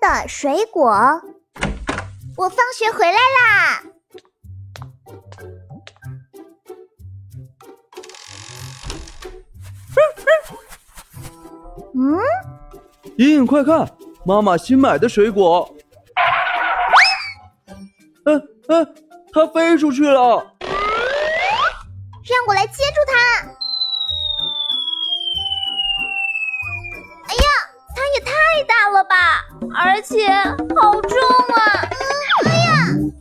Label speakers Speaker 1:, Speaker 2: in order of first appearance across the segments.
Speaker 1: 的水果。我放学回来啦！嗯，
Speaker 2: 莹莹，快看，妈妈新买的水果。嗯、嗯，它飞出去了。
Speaker 1: 让我来接住它。哎呀，它也太大了吧，而且好重啊！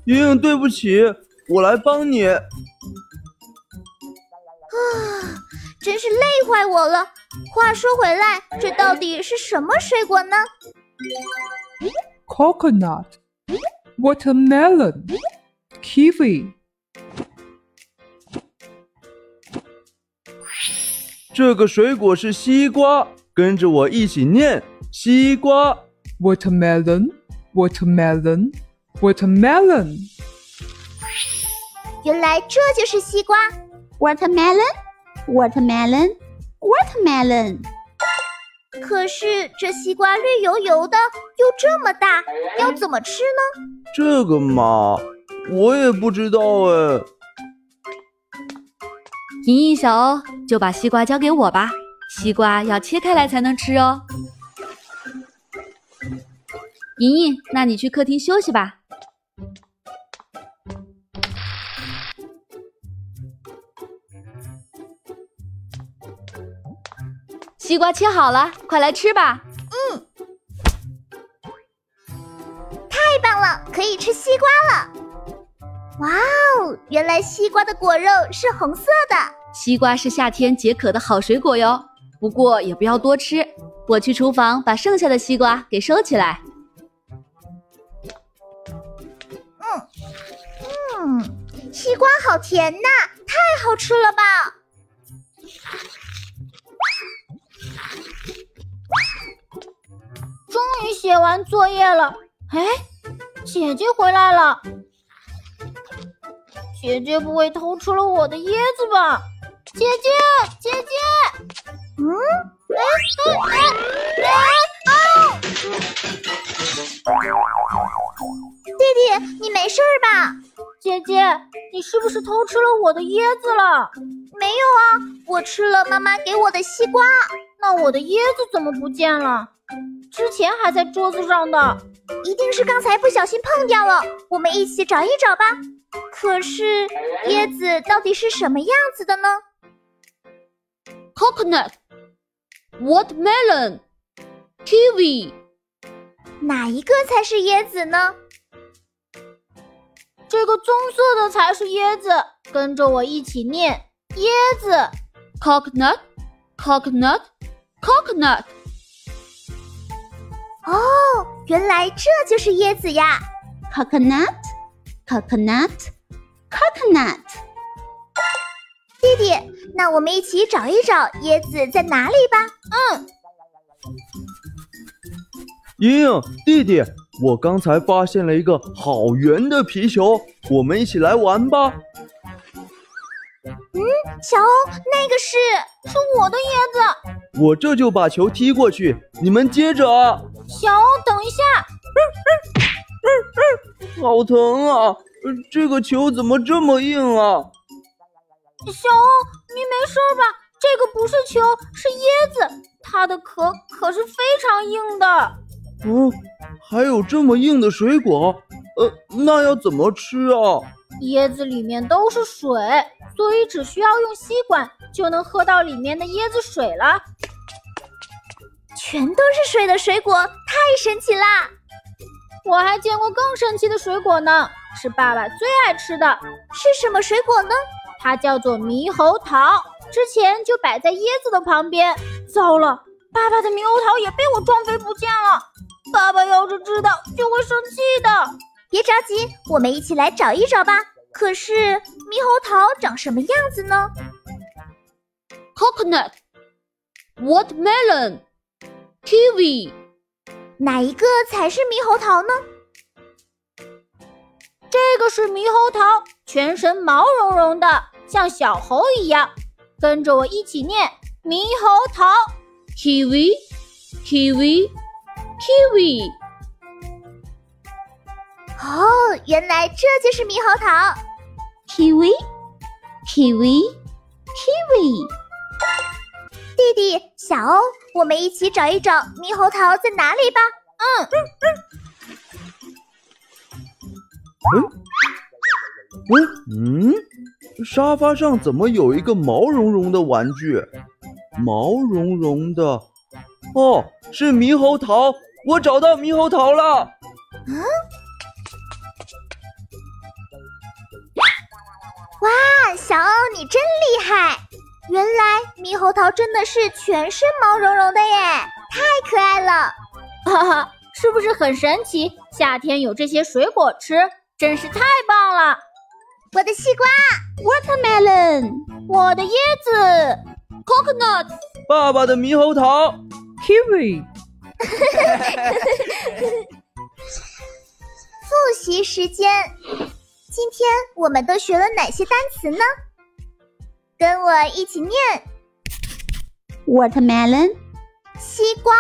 Speaker 2: 莹莹，对不起，我来帮你。
Speaker 1: 真是累坏我了。话说回来，这到底是什么水果呢？
Speaker 3: coconut, watermelon, kiwi,
Speaker 2: 这个水果是西瓜，跟着我一起念：西瓜。
Speaker 3: watermelon, watermelon, watermelon,
Speaker 1: 原来这就是西瓜。
Speaker 4: watermelon, watermelon, watermelon。
Speaker 1: 可是这西瓜绿油油的，又这么大，要怎么吃呢？
Speaker 2: 这个嘛，我也不知道哎。
Speaker 5: 银一小欧就把西瓜交给我吧，西瓜要切开来才能吃哦。莹莹，那你去客厅休息吧。西瓜切好了，快来吃吧。
Speaker 1: 太棒了，可以吃西瓜了！哇哦，原来西瓜的果肉是红色的。
Speaker 5: 西瓜是夏天解渴的好水果哟，不过也不要多吃。我去厨房把剩下的西瓜给收起来。
Speaker 1: 嗯，西瓜好甜呐，太好吃了吧！
Speaker 4: 终于写完作业了，哎，姐姐回来了。姐姐不会偷吃了我的椰子吧？姐姐，姐姐，哎
Speaker 1: 嗯，
Speaker 4: 啊
Speaker 1: 弟弟，你没事儿吧？
Speaker 4: 姐姐，你是不是偷吃了我的椰子了？
Speaker 1: 没有啊，我吃了妈妈给我的西瓜。
Speaker 4: 那我的椰子怎么不见了？之前还在桌子上的。
Speaker 1: 一定是刚才不小心碰掉了，我们一起找一找吧。可是椰子到底是什么样子的呢？
Speaker 5: Coconut, watermelon, kiwi。
Speaker 1: 哪一个才是椰子呢？
Speaker 4: 这个棕色的才是椰子，跟着我一起念：椰子。
Speaker 5: coconut, coconut, coconut。
Speaker 1: 哦，原来这就是椰子呀！
Speaker 4: coconut, coconut, coconut。
Speaker 1: 弟弟，那我们一起找一找椰子在哪里吧。
Speaker 2: 莹莹，弟弟，我刚才发现了一个好圆的皮球，我们一起来玩吧。
Speaker 1: 小欧，那个是
Speaker 4: 是我的椰子。
Speaker 2: 我这就把球踢过去，你们接着啊！
Speaker 4: 小欧，等一下，
Speaker 2: 好疼啊！呃这个球怎么这么硬啊？
Speaker 4: 小欧，你没事吧？这个不是球，是椰子，它的壳可是非常硬的。
Speaker 2: 嗯，还有这么硬的水果，呃，那要怎么吃啊？
Speaker 4: 椰子里面都是水，所以只需要用吸管就能喝到里面的椰子水了。
Speaker 1: 全都是水的水果，太神奇啦！
Speaker 4: 我还见过更神奇的水果呢，是爸爸最爱吃的，
Speaker 1: 是什么水果呢？
Speaker 4: 它叫做猕猴桃，之前就摆在椰子的旁边。糟了，爸爸的猕猴桃也被我撞飞不见了。爸爸要是知道就会生气的。
Speaker 1: 别着急，我们一起来找一找吧。可是猕猴桃长什么样子呢？
Speaker 5: coconut, watermelon, kiwi。
Speaker 1: 哪一个才是猕猴桃呢？
Speaker 4: 这个是猕猴桃，全身毛茸茸的，像小猴一样。跟着我一起念：猕猴桃。
Speaker 5: kiwi, kiwi, kiwi。
Speaker 1: 哦，原来这就是猕猴桃。
Speaker 5: kiwi，kiwi，kiwi，
Speaker 1: 弟弟，小欧，我们一起找一找猕猴桃在哪里吧。
Speaker 2: 嗯嗯，沙发上怎么有一个毛茸茸的玩具？毛茸茸的，哦，是猕猴桃！我找到猕猴桃了！
Speaker 1: 哇，小欧，你真厉害！原来猕猴桃真的是全是毛茸茸的耶，太可爱了。
Speaker 4: 哈哈，是不是很神奇？夏天有这些水果吃，真是太棒了！
Speaker 1: 我的西瓜，
Speaker 4: watermelon，我的椰子，coconut，
Speaker 2: 爸爸的猕猴桃，
Speaker 3: kiwi,
Speaker 1: 复习时间。今天我们都学了哪些单词呢？跟我一起念
Speaker 5: ，watermelon，
Speaker 1: 西瓜、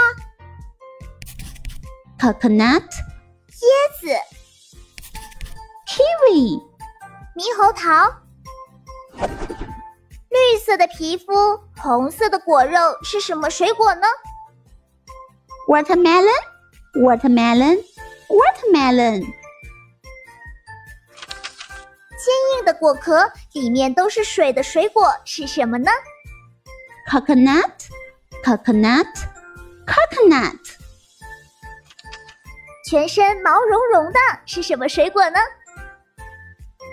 Speaker 5: coconut，
Speaker 1: 椰子、
Speaker 5: kiwi，
Speaker 1: 猕猴桃。绿色的皮肤，红色的果肉是什么水果呢？
Speaker 5: watermelon watermelon watermelon
Speaker 1: 坚硬的果壳里面都是水的水果是什么呢？
Speaker 5: coconut coconut coconut
Speaker 1: 全身毛茸茸的是什么水果呢？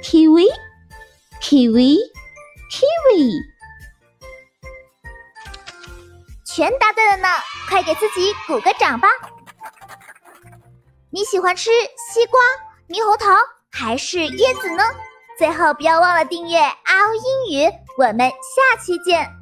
Speaker 5: kiwi kiwi kiwi
Speaker 1: 全答对了呢！快给自己鼓个掌吧！你喜欢吃西瓜、猕猴桃还是椰子呢？最后不要忘了订阅“嗷英语”，我们下期见。